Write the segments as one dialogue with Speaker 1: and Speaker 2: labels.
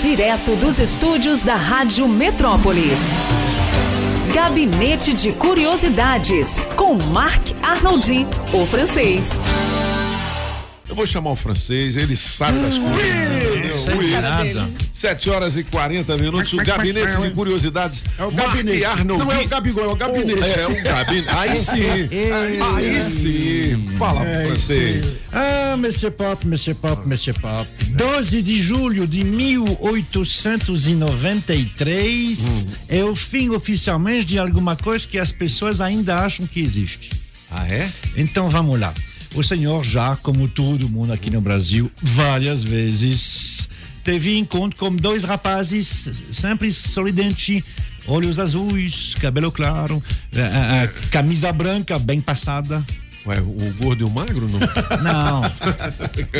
Speaker 1: Direto dos estúdios da Rádio Metrópolis. Gabinete de Curiosidades, com Marc Arnoldi, o francês.
Speaker 2: Eu vou chamar o francês, ele sabe das coisas.
Speaker 3: Sem nada.
Speaker 2: 7 horas e 40 minutos, o
Speaker 4: Mas, mas, mas,
Speaker 2: gabinete
Speaker 4: mas,
Speaker 2: de
Speaker 4: mas.
Speaker 2: curiosidades.
Speaker 4: É o
Speaker 2: Marc
Speaker 4: gabinete.
Speaker 2: Arnoldi.
Speaker 4: Não é o Gabigol, é o gabinete.
Speaker 2: É o gabinete. Aí sim. Aí sim. Fala pro francês.
Speaker 3: Ah, Monsieur Pop, Monsieur Pop, Monsieur Pop. 12 de julho de 1893 é o fim oficialmente de alguma coisa que as pessoas ainda acham que existe.
Speaker 2: Ah, é?
Speaker 3: Então vamos lá. O senhor já, como todo mundo aqui no Brasil, várias vezes teve encontro com dois rapazes, sempre sorridente, olhos azuis, cabelo claro, eh, eh, eh, camisa branca bem passada.
Speaker 2: Ué, o gordo e o magro não.
Speaker 3: Não,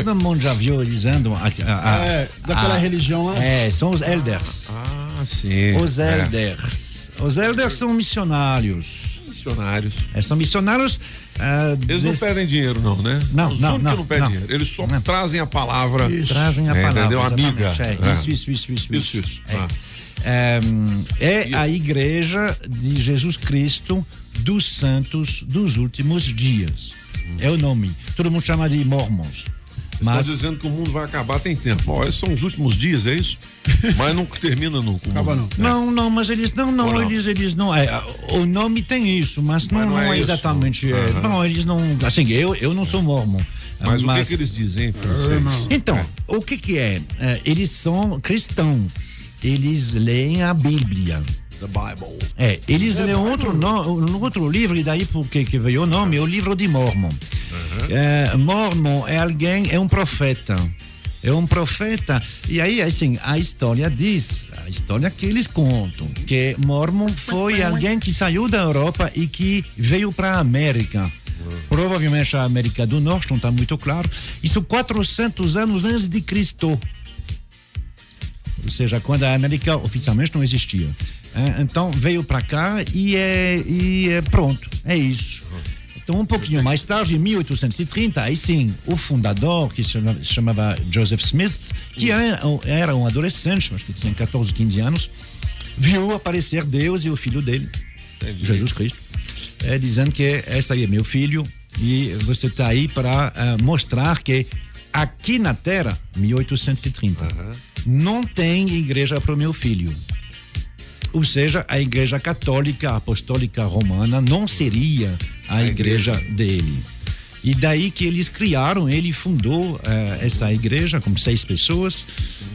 Speaker 3: todo mundo já viu eles andam. A, a- a-
Speaker 4: É, daquela
Speaker 3: a-
Speaker 4: religião lá.
Speaker 3: É, são os elders.
Speaker 2: Ah, sim.
Speaker 3: Os
Speaker 2: É,
Speaker 3: elders. Os elders são missionários.
Speaker 2: Missionários.
Speaker 3: É, São missionários. ah,
Speaker 2: Eles não
Speaker 3: desse-
Speaker 2: pedem dinheiro, não, né?
Speaker 3: Não,
Speaker 2: Os
Speaker 3: não,
Speaker 2: únicos que
Speaker 3: não,
Speaker 2: não pedem
Speaker 3: não.
Speaker 2: dinheiro. Eles só
Speaker 3: Não.
Speaker 2: trazem a palavra.
Speaker 3: trazem a
Speaker 2: É,
Speaker 3: palavra.
Speaker 2: Entendeu?
Speaker 3: exatamente,
Speaker 2: Amiga. Ah.
Speaker 3: é. Isso, isso, isso, isso.
Speaker 2: Isso, isso.
Speaker 3: É,
Speaker 2: Ah.
Speaker 3: É, hum, é a igreja de Jesus Cristo dos santos dos últimos dias. É o nome. Todo mundo chama de mormons.
Speaker 2: Está
Speaker 3: Mas
Speaker 2: tá dizendo que o mundo vai acabar tem tempo. Ó, esses são os últimos dias, é isso? Mas não termina nunca. o
Speaker 4: Acaba
Speaker 2: mundo, né?
Speaker 3: Não, não, mas eles não, não,
Speaker 2: Ou não?
Speaker 3: eles, eles não. é, o nome tem isso, mas não,
Speaker 2: Mas não
Speaker 3: não
Speaker 2: é
Speaker 3: é,
Speaker 2: isso.
Speaker 3: exatamente. é,
Speaker 2: Aham.
Speaker 3: Não, eles não. Assim, eu, eu não sou mormon.
Speaker 2: Mas, o que, que eles dizem em
Speaker 4: Ah,
Speaker 2: francês?
Speaker 3: Então, o que que é? É, Eles são cristãos. Eles leem a Bíblia.
Speaker 2: The Bible.
Speaker 3: É, eles leem outro, no- um outro livro, e daí porque que veio o nome, o livro de Mormon. É, Mormon é alguém, é um profeta. É um profeta. E aí, assim, a história diz, a história que eles contam, que Mormon foi alguém que saiu da Europa e que veio para a América. Provavelmente a América do Norte, não está muito claro. Isso 400 anos antes de Cristo ou seja, quando a América oficialmente não existia. É, Então veio para cá e é, e é pronto, é isso. Então, um pouquinho mais tarde, em 1830, aí sim, o fundador, que se chama- se chamava Joseph Smith, que era, era um adolescente, acho que tinha 14, 15 anos, viu aparecer Deus e o filho dele, Jesus Cristo, é, dizendo que esse aí é meu filho e você está aí para ah, mostrar que aqui na Terra, 1830, não tem igreja para o meu filho. Ou seja, a igreja católica apostólica romana não seria a, igreja, dele. E daí que eles criaram, ele fundou eh, essa igreja com seis pessoas,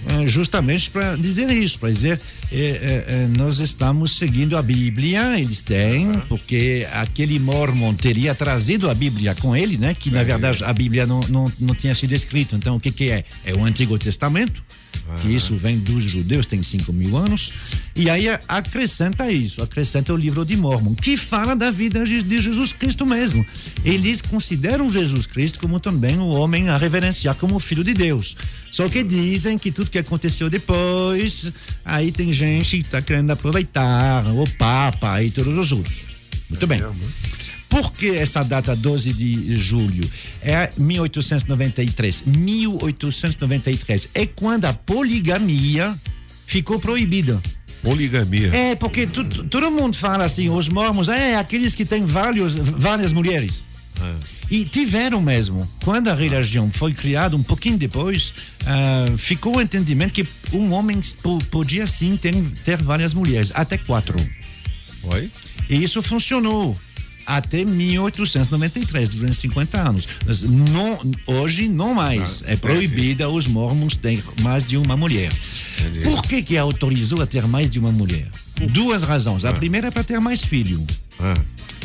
Speaker 3: eh, justamente para dizer isso, para dizer eh, eh, eh, nós estamos seguindo a Bíblia, eles têm, porque aquele mormon teria trazido a Bíblia com ele, né? Que na verdade a Bíblia não, não, não tinha sido escrita. Então o que que é? É o Antigo Testamento que isso vem dos judeus, tem 5 mil anos, e aí a- acrescenta isso, acrescenta o livro de Mormon, que fala da vida de de Jesus Cristo mesmo. Eles consideram Jesus Cristo como também o homem a reverenciar como o filho de Deus. Só que dizem que tudo que aconteceu depois, aí tem gente que está querendo aproveitar, o Papa e todos os outros. Muito bem. Por que essa data 12 de julho? É 1893. 1893 é quando a poligamia ficou proibida.
Speaker 2: Poligamia.
Speaker 3: É, porque tu- tu- todo mundo fala assim, os mormons, é aqueles que têm vários, várias mulheres. E tiveram mesmo. Quando a religião foi criada, um pouquinho depois, ah, ficou o entendimento que um homem po- podia sim ter, ter várias mulheres, até quatro.
Speaker 2: Oi?
Speaker 3: E isso funcionou até 1893, durante 50 anos. Mas não, hoje não mais.
Speaker 2: Ah,
Speaker 3: É proibida os mormons ter mais de uma mulher. Por que que autorizou a ter mais de uma mulher? Duas razões. A primeira é para ter mais filho.
Speaker 2: Ah,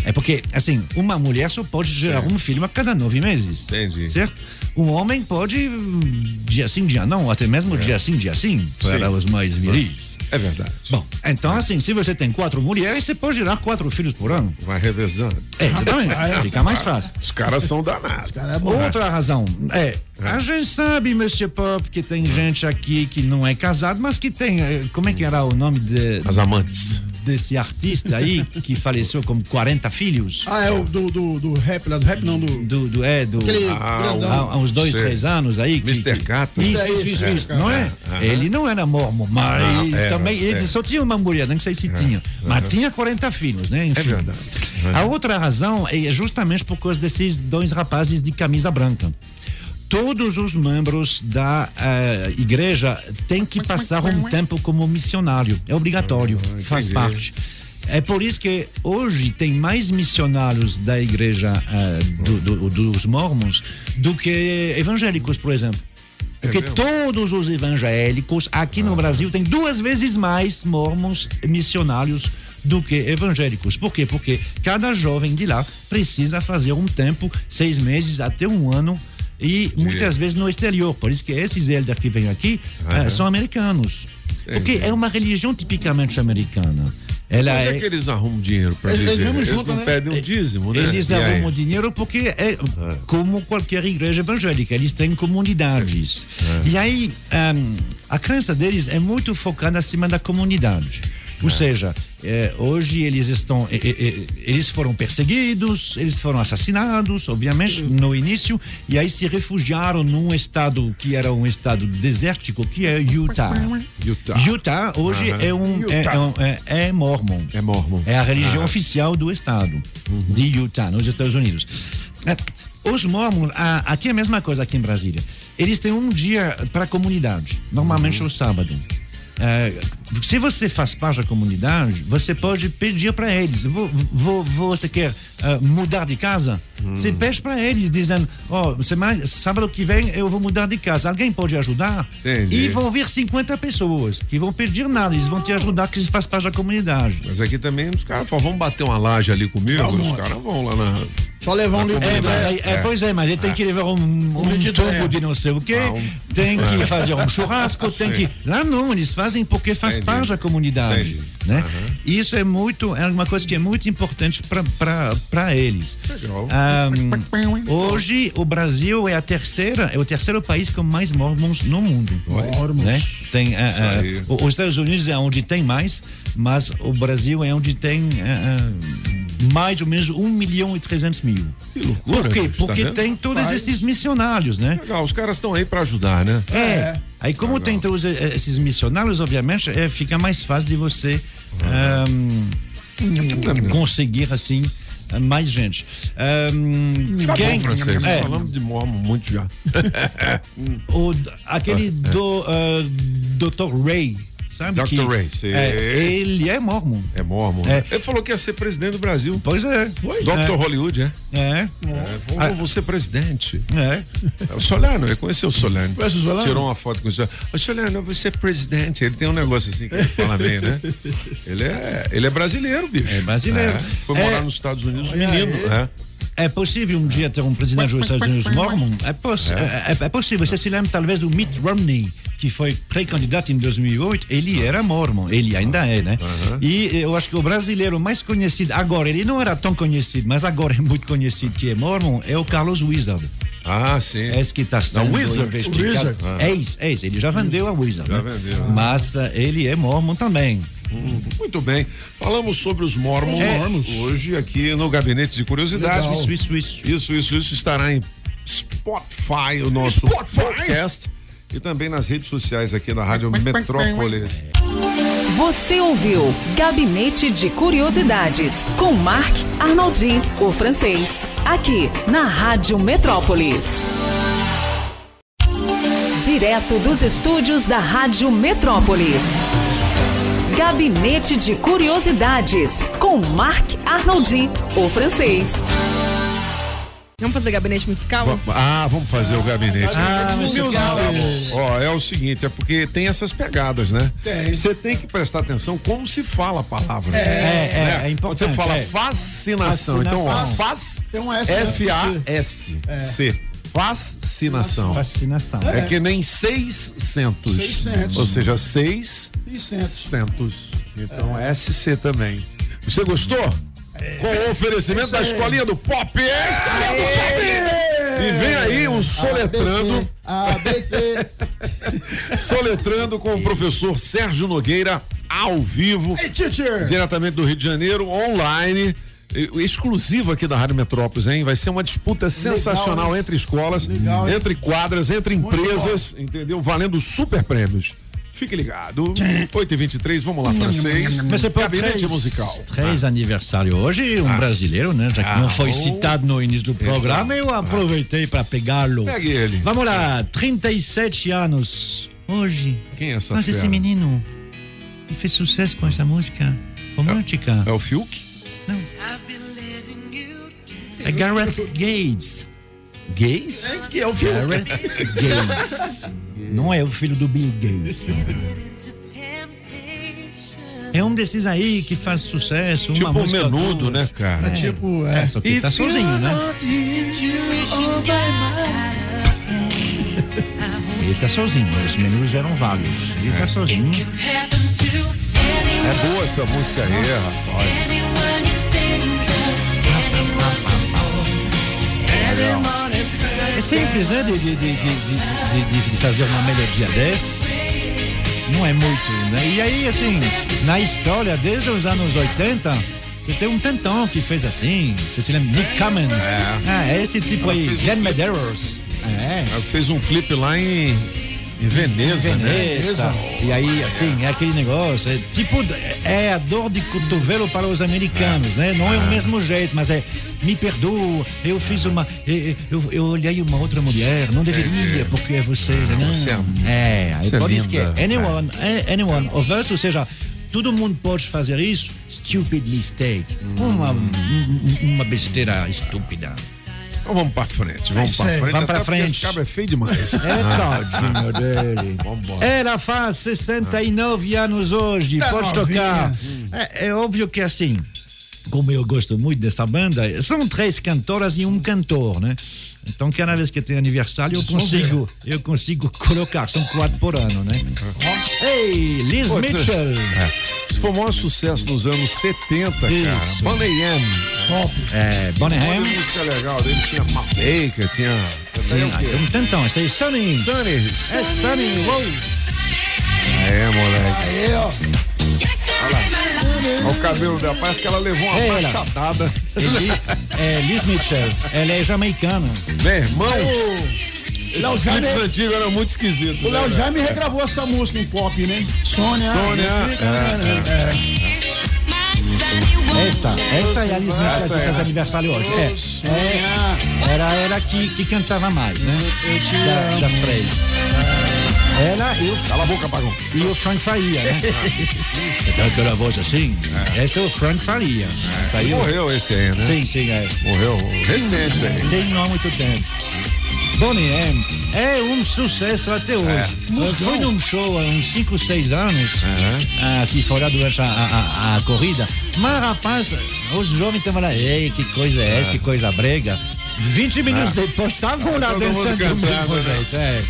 Speaker 3: É porque, assim, uma mulher só pode gerar um filho a cada nove meses.
Speaker 2: Entendi.
Speaker 3: Certo? Um homem pode hum, dia sim, dia não, até mesmo dia sim, dia sim, para
Speaker 2: É. Sim.
Speaker 3: os mais viris.
Speaker 2: é verdade.
Speaker 3: Bom, então assim, se você tem quatro mulheres, você pode gerar quatro filhos por ano.
Speaker 2: Vai revezando.
Speaker 3: É, exatamente. Fica mais fácil.
Speaker 2: Os caras são danados.
Speaker 4: É
Speaker 3: Outra razão é, a gente sabe, Mr. Pop, que tem gente aqui que não é casado, mas que tem, eh, como é que era o nome de,
Speaker 2: As amantes.
Speaker 3: desse artista aí, que faleceu com 40 filhos.
Speaker 4: Ah, é o do, do, do rap lá, do rap não, do.
Speaker 3: Do, do, é, do,
Speaker 4: Aquele
Speaker 2: Ah,
Speaker 4: grandão.
Speaker 3: há, há uns dois,
Speaker 2: Sei.
Speaker 3: três anos aí. que-
Speaker 2: Mr.
Speaker 3: que-
Speaker 2: Catra.
Speaker 3: Isso,
Speaker 4: É
Speaker 3: isso,
Speaker 4: isso,
Speaker 3: isso, isso,
Speaker 4: é.
Speaker 3: não é?
Speaker 2: Aham.
Speaker 3: Ele não era mormon, mas
Speaker 2: Não, era,
Speaker 3: também ele
Speaker 2: é.
Speaker 3: só tinha uma mulher, não sei se tinha, mas tinha 40 filhos, né? Enfim.
Speaker 2: É verdade.
Speaker 3: A outra razão é justamente por causa desses dois rapazes de camisa branca. Todos os membros da eh, igreja têm que passar um tempo como missionário. É obrigatório, faz
Speaker 2: entendi.
Speaker 3: parte. É por isso que hoje tem mais missionários da igreja eh, do- do- dos mormons do que evangélicos, por exemplo. Porque
Speaker 2: É mesmo? Ah.
Speaker 3: todos os evangélicos aqui no Brasil têm duas vezes mais mormons missionários do que evangélicos. Por quê? Porque cada jovem de lá precisa fazer um tempo, seis meses até um ano, e muitas vezes no exterior. Por isso que esses elder que vêm aqui eh, são americanos. Porque é uma religião tipicamente americana. Ela
Speaker 2: Onde é
Speaker 3: é-
Speaker 2: que eles arrumam dinheiro pra
Speaker 4: Eles-
Speaker 2: viver?
Speaker 4: eles mesmo
Speaker 2: Eles
Speaker 4: juntam,
Speaker 2: não
Speaker 4: né?
Speaker 2: pedem um dízimo, né?
Speaker 3: Eles
Speaker 2: E aí?
Speaker 3: arrumam um dinheiro porque é como qualquer igreja evangélica, eles têm comunidades.
Speaker 2: É.
Speaker 3: E aí ahm, a crença deles é muito focada acima da comunidade.
Speaker 2: É.
Speaker 3: Ou seja, eh, hoje eles estão, eh, eh, eh, eles foram perseguidos, eles foram assassinados, obviamente no início, e aí se refugiaram num estado que era um estado desértico, que é Utah.
Speaker 2: Utah.
Speaker 3: Utah hoje é um é- é um- é- é mormon.
Speaker 2: É mormon.
Speaker 3: É a religião oficial do estado de Utah, nos Estados Unidos. É, Os mormons, a- aqui é a mesma coisa aqui em Brasília. Eles têm um dia para a comunidade, normalmente o sábado. É, se você faz parte da comunidade, você pode pedir para eles. Vo- vo- você quer ah, mudar de casa? Você pede para eles, dizendo: Ó, semana- sábado que vem eu vou mudar de casa. Alguém pode ajudar?
Speaker 2: Entendi.
Speaker 3: E vão vir 50 pessoas que vão pedir nada, eles vão te ajudar, que você faz parte da comunidade.
Speaker 2: Mas aqui também os caras falam, vamos bater uma laje ali comigo,
Speaker 4: Não,
Speaker 2: os
Speaker 4: não.
Speaker 2: caras vão lá na.
Speaker 4: Só levar um livro
Speaker 2: É,
Speaker 3: É, mas
Speaker 4: é,
Speaker 3: aí, é, pois é, mas ele tem que levar um, um,
Speaker 4: litro de terra.
Speaker 3: tubo de não sei o quê,
Speaker 2: Ah, um-
Speaker 3: tem que fazer um churrasco, tem que. Lá não, eles fazem porque faz
Speaker 2: Entendi.
Speaker 3: parte da comunidade.
Speaker 2: Entendi.
Speaker 3: Né?
Speaker 2: Aham.
Speaker 3: Isso é muito, é uma coisa que é muito importante para eles.
Speaker 2: Legal.
Speaker 3: Ahm, hoje, o Brasil é, a terceira, é o terceiro país com mais mormons no mundo.
Speaker 4: Mormons.
Speaker 3: Né? Tem, ah, ah,
Speaker 2: aí.
Speaker 3: o- os Estados Unidos é onde tem mais, mas o Brasil é onde tem ah, ah, mais ou menos 1 milhão e 300 mil.
Speaker 2: Que loucura,
Speaker 3: Por quê?
Speaker 2: bicho, tá
Speaker 3: Porque
Speaker 2: vendo?
Speaker 3: tem todos
Speaker 4: Rapaz.
Speaker 3: esses missionários, né?
Speaker 2: Legal, os caras estão aí pra ajudar, né?
Speaker 3: É.
Speaker 4: É.
Speaker 3: Aí como tem todos eh, esses missionários, obviamente, é, fica mais fácil de você
Speaker 2: Hum. Tá
Speaker 3: ahm, conseguir assim mais gente. Ahm,
Speaker 2: Tá
Speaker 3: quem-
Speaker 2: bom, francês.
Speaker 3: é,
Speaker 2: Falamos de mormon muito já.
Speaker 3: o, aquele
Speaker 2: é.
Speaker 3: do ah, Dr. Ray, sabe?
Speaker 2: Dr.
Speaker 3: que-
Speaker 2: Ray, sim.
Speaker 3: é, ele é mormon.
Speaker 2: É mormon.
Speaker 3: É.
Speaker 2: né? Ele falou que ia ser presidente do Brasil.
Speaker 3: Pois é.
Speaker 2: Dr. Hollywood, é?
Speaker 3: É,
Speaker 2: é. Vou, vou ser presidente.
Speaker 3: é.
Speaker 2: É O Solano, eu conheci o Solano.
Speaker 4: Conhece o Solano?
Speaker 2: Tirou uma foto com o Solano. Ô, Solano, você é presidente. Ele tem um negócio assim que ele fala bem, né? Ele é, ele é brasileiro, bicho.
Speaker 3: É brasileiro.
Speaker 2: É. Foi morar
Speaker 3: É.
Speaker 2: nos Estados Unidos,
Speaker 4: Olha
Speaker 2: menino.
Speaker 4: aí.
Speaker 2: né?
Speaker 3: É possível um dia ter um presidente dos Estados Unidos mormon? É, poss é. é- é possível. Você se lembra talvez do Mitt Romney, que foi pré-candidato em 2008. Ele era mormon, ele ainda é, né?
Speaker 2: Uhum.
Speaker 3: E eu acho que o brasileiro mais conhecido agora, ele não era tão conhecido, mas agora é muito conhecido que é mormon, é o Carlos Wizard. É
Speaker 2: Ah, sim.
Speaker 3: Esse que está sendo
Speaker 2: Wizard.
Speaker 3: investigado.
Speaker 4: Wizard.
Speaker 3: É Ex, ex, ele já vendeu a Wizard.
Speaker 2: Já
Speaker 3: né?
Speaker 2: vendeu.
Speaker 3: Mas eh, ele é mormon também.
Speaker 2: Muito bem. Falamos sobre os mormons
Speaker 3: É.
Speaker 2: hoje aqui no Gabinete de Curiosidades.
Speaker 4: Legal.
Speaker 3: Isso, isso, isso.
Speaker 2: Isso, isso, isso estará em Spotify, o nosso
Speaker 4: Spotify?
Speaker 2: podcast. E também nas redes sociais aqui da Rádio Metrópolis.
Speaker 1: Você ouviu Gabinete de Curiosidades com Marc Arnoldi, o francês, aqui na Rádio Metrópolis. Direto dos estúdios da Rádio Metrópolis. Gabinete de Curiosidades com Marc Arnoldi, o francês.
Speaker 5: Vamos fazer gabinete musical?
Speaker 2: Va- Ah, vamos fazer o gabinete.
Speaker 3: Ah,
Speaker 2: Meu
Speaker 3: mas
Speaker 2: Deus,
Speaker 4: legal.
Speaker 2: tá bom. Ó, é o seguinte, é porque tem essas pegadas, né?
Speaker 4: Tem.
Speaker 2: Você tem que prestar atenção como se fala a palavra.
Speaker 3: É, é, é
Speaker 2: Quando
Speaker 3: importante,
Speaker 2: Você fala
Speaker 3: é.
Speaker 2: fascinação. Então, ó,
Speaker 3: Fascinação.
Speaker 2: faz
Speaker 4: Tem um S, né? É.
Speaker 2: F-A-S-C. Fascinação.
Speaker 3: Fascinação.
Speaker 2: É que nem 600.
Speaker 4: 600.
Speaker 2: Ou seja, 6
Speaker 4: E cento.
Speaker 2: centos. Então,
Speaker 4: É.
Speaker 2: SC também. Você gostou? Com o oferecimento
Speaker 4: isso
Speaker 2: da
Speaker 4: aí.
Speaker 2: É escolinha do pop. É a escolinha do pop! E vem aí um soletrando,
Speaker 4: ABC.
Speaker 2: soletrando com o professor Sérgio Nogueira ao vivo.
Speaker 4: Hey, teacher!
Speaker 2: diretamente do Rio de Janeiro, online. e- Exclusivo aqui da Rádio Metrópolis, hein? Vai ser uma disputa sensacional
Speaker 4: né?
Speaker 2: entre escolas,
Speaker 4: Legal, hein?
Speaker 2: entre quadras, entre empresas, entendeu? Valendo super prêmios. Fique ligado. 8h23, vamos lá, francês.
Speaker 3: Você põe
Speaker 2: é Gabinete
Speaker 3: é três,
Speaker 2: musical. Ah.
Speaker 3: Três aniversário hoje, um brasileiro, né? Já que não foi
Speaker 2: oh.
Speaker 3: citado no início do programa, eu aproveitei para pegá-lo.
Speaker 2: Pegue ele.
Speaker 3: Vamos lá, 37 anos hoje.
Speaker 2: Quem é essa
Speaker 3: Mas
Speaker 2: fera?
Speaker 3: esse menino, ele fez sucesso com essa música romântica.
Speaker 2: É o Fiuk?
Speaker 3: É Gareth Gates. Gates?
Speaker 4: É que é o filme.
Speaker 3: Gareth Gates. Não é o filho do Bill Gates. É um desses aí que faz sucesso, uma
Speaker 2: Tipo o
Speaker 3: música Tá
Speaker 2: menudo,
Speaker 3: duas.
Speaker 2: né, cara?
Speaker 4: Tipo, é.
Speaker 3: Só que ele tá sozinho, né? Ele tá sozinho, os menus eram vários. Ele tá sozinho.
Speaker 2: É boa essa música aí,
Speaker 3: Ah.
Speaker 2: rapaz.
Speaker 3: É simples, né? De, de, de, de, de, de- de fazer uma melodia dessa. Não é muito, né? E aí, assim, na história, desde os anos 80, você tem um tantão que fez assim. Você se lembra? Nick Kamen. Ah, é esse tipo aí.
Speaker 2: fez um
Speaker 3: Glenn Medeiros. É.
Speaker 2: Ela Fez um clipe lá em, em Veneza, né?
Speaker 3: Veneza. E aí, assim, é aquele negócio. É, tipo, é a dor de cotovelo para os americanos, né? Não é
Speaker 2: Ah.
Speaker 3: o mesmo jeito, mas é. Me perdoa, eu fiz uma. Eu, eu, eu olhei uma outra mulher, não deveria, porque é você. Não,
Speaker 2: você é-
Speaker 3: é, aí
Speaker 2: você é
Speaker 3: pode dizer que
Speaker 2: linda.
Speaker 3: é anyone, é, anyone of us, ou seja, todo mundo pode fazer isso. Stupid mistake.
Speaker 2: Hum.
Speaker 3: Uma, um- uma besteira estúpida.
Speaker 2: Então vamos pra frente, vamos
Speaker 4: isso
Speaker 2: pra
Speaker 4: aí,
Speaker 2: frente.
Speaker 3: É vamos pra
Speaker 2: até porque
Speaker 3: frente.
Speaker 2: Esse cabra é feio demais. Ah,
Speaker 3: É tadinho dele.
Speaker 2: Vambora.
Speaker 3: Ela faz 69 anos hoje,
Speaker 4: Tá
Speaker 3: pode
Speaker 4: novinha.
Speaker 3: tocar. É, é óbvio que assim, como eu gosto muito dessa banda, são três cantoras e um cantor, né? Então cada vez que tem aniversário eu consigo, eu consigo colocar, são quatro por ano, né? Ei, Liz
Speaker 2: Pô,
Speaker 3: Mitchell.
Speaker 2: É. Isso foi o maior sucesso nos anos 70, cara.
Speaker 3: Isso.
Speaker 2: Bonnie M.
Speaker 3: É,
Speaker 2: Olha a
Speaker 3: Bonham.
Speaker 2: música legal dele. Tinha Mark Baker, tinha.
Speaker 3: Sim,
Speaker 4: É
Speaker 2: Sim,
Speaker 3: então, tentão, esse aí, Sunny.
Speaker 2: Sunny.
Speaker 3: É Sunny, wow.
Speaker 2: É, moleque.
Speaker 4: Aí, ó.
Speaker 2: Olha o cabelo dela. Parece que ela levou uma
Speaker 3: É ela.
Speaker 2: baixadada.
Speaker 3: Ele, é Liz Mitchell, ela é jamaicana.
Speaker 2: Meu irmão,
Speaker 4: Léo
Speaker 2: esses
Speaker 4: Jaime,
Speaker 2: clipes antigos eram muito esquisitos.
Speaker 3: é
Speaker 4: o
Speaker 2: né,
Speaker 4: Léo
Speaker 2: velho?
Speaker 4: Jaime regravou essa música em pop, né? Sônia.
Speaker 2: Sônia,
Speaker 4: Fica, né? É.
Speaker 3: Essa, essa é a Alice Mitchell
Speaker 2: Essa
Speaker 3: que faz
Speaker 2: é.
Speaker 3: aniversário hoje. É, é, era ela que, que cantava mais, né? Da- das três. Ela e o,
Speaker 2: Cala a boca, pagão.
Speaker 3: e o Frank Faria, né? Então aquela voz assim, essa é o Frank Faria. Saiu.
Speaker 2: Morreu esse aí, né?
Speaker 3: Sim, sim, é.
Speaker 2: Morreu recente, né?
Speaker 3: Sim, não há muito tempo. Bonnie M é um sucesso
Speaker 2: É.
Speaker 3: até hoje. Eu fui num show há uns 5, 6 anos, ah, que foi lá durante a, a- a- a corrida, mas rapaz, os jovens estavam lá, ei, que coisa é essa, que coisa brega. 20 minutos depois estavam lá
Speaker 2: Ah. todo mundo
Speaker 3: dançando do
Speaker 2: cantando,
Speaker 3: mesmo
Speaker 2: né?
Speaker 3: jeito. É.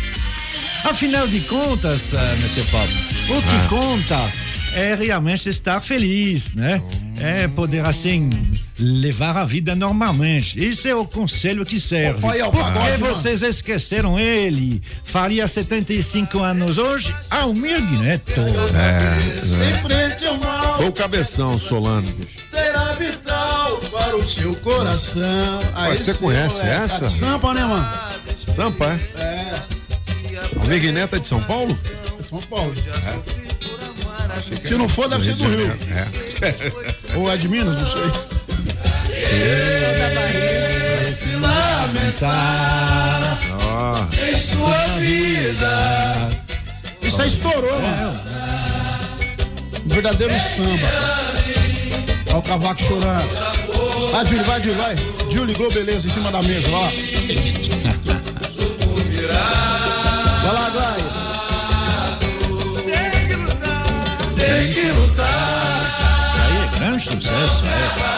Speaker 3: Afinal de contas, ah, Monsieur Pablo, o que
Speaker 4: Ah.
Speaker 3: conta é realmente estar feliz, né? É poder assim levar a vida normalmente. Isso é o conselho que serve.
Speaker 4: Papai é o pagode,
Speaker 3: Porque
Speaker 4: mano.
Speaker 3: vocês esqueceram ele. Faria 75 anos hoje, humilde, né?
Speaker 4: É
Speaker 3: Todo. É.
Speaker 4: Se frente ao mal,
Speaker 2: Foi o cabeção, Solano. bicho.
Speaker 4: será vital para o seu coração. Aí
Speaker 2: você
Speaker 4: sim,
Speaker 2: conhece
Speaker 4: moleque.
Speaker 2: essa?
Speaker 4: Tá de Sampa, né, mano?
Speaker 2: Sampa, é? Amiga e neta de São Paulo?
Speaker 4: São Paulo. É. Se não for, deve ser do Rio.
Speaker 2: É.
Speaker 4: Ou é de Minas, não sei.
Speaker 3: Tá.
Speaker 4: Isso aí estourou, né? mano. Um verdadeiro samba. Olha o cavaco chorando. Vai, Júlio, vai, Júlio, vai. Júlio ligou, beleza, em cima da mesa, vai lá. Vai lá, Glória.
Speaker 3: Aí é grande sucesso,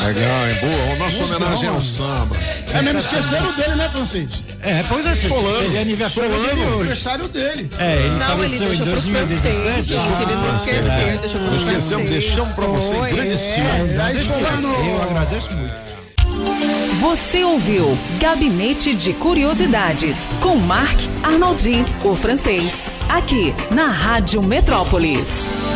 Speaker 2: Legal, hein? Boa. Nossa homenagem ao samba.
Speaker 4: É mesmo, esqueceram dele, né, Francisco?
Speaker 3: é. É, pois é, Solano. é aniversário dele hoje.
Speaker 4: Aniversário dele.
Speaker 3: É, ele
Speaker 5: Não, ele
Speaker 3: faleceu em
Speaker 5: deixou pro francês,
Speaker 3: 2017.
Speaker 5: gente. Ele não esqueceu, deixou pro francês.
Speaker 2: Não esquecemos, deixamos pra você em
Speaker 5: Foi,
Speaker 2: grande
Speaker 5: é.
Speaker 2: estilo.
Speaker 4: É, aí,
Speaker 3: Eu
Speaker 4: Solano.
Speaker 3: agradeço muito.
Speaker 1: Você ouviu Gabinete de Curiosidades com Marc Arnoldi, o francês, aqui na Rádio Metrópolis.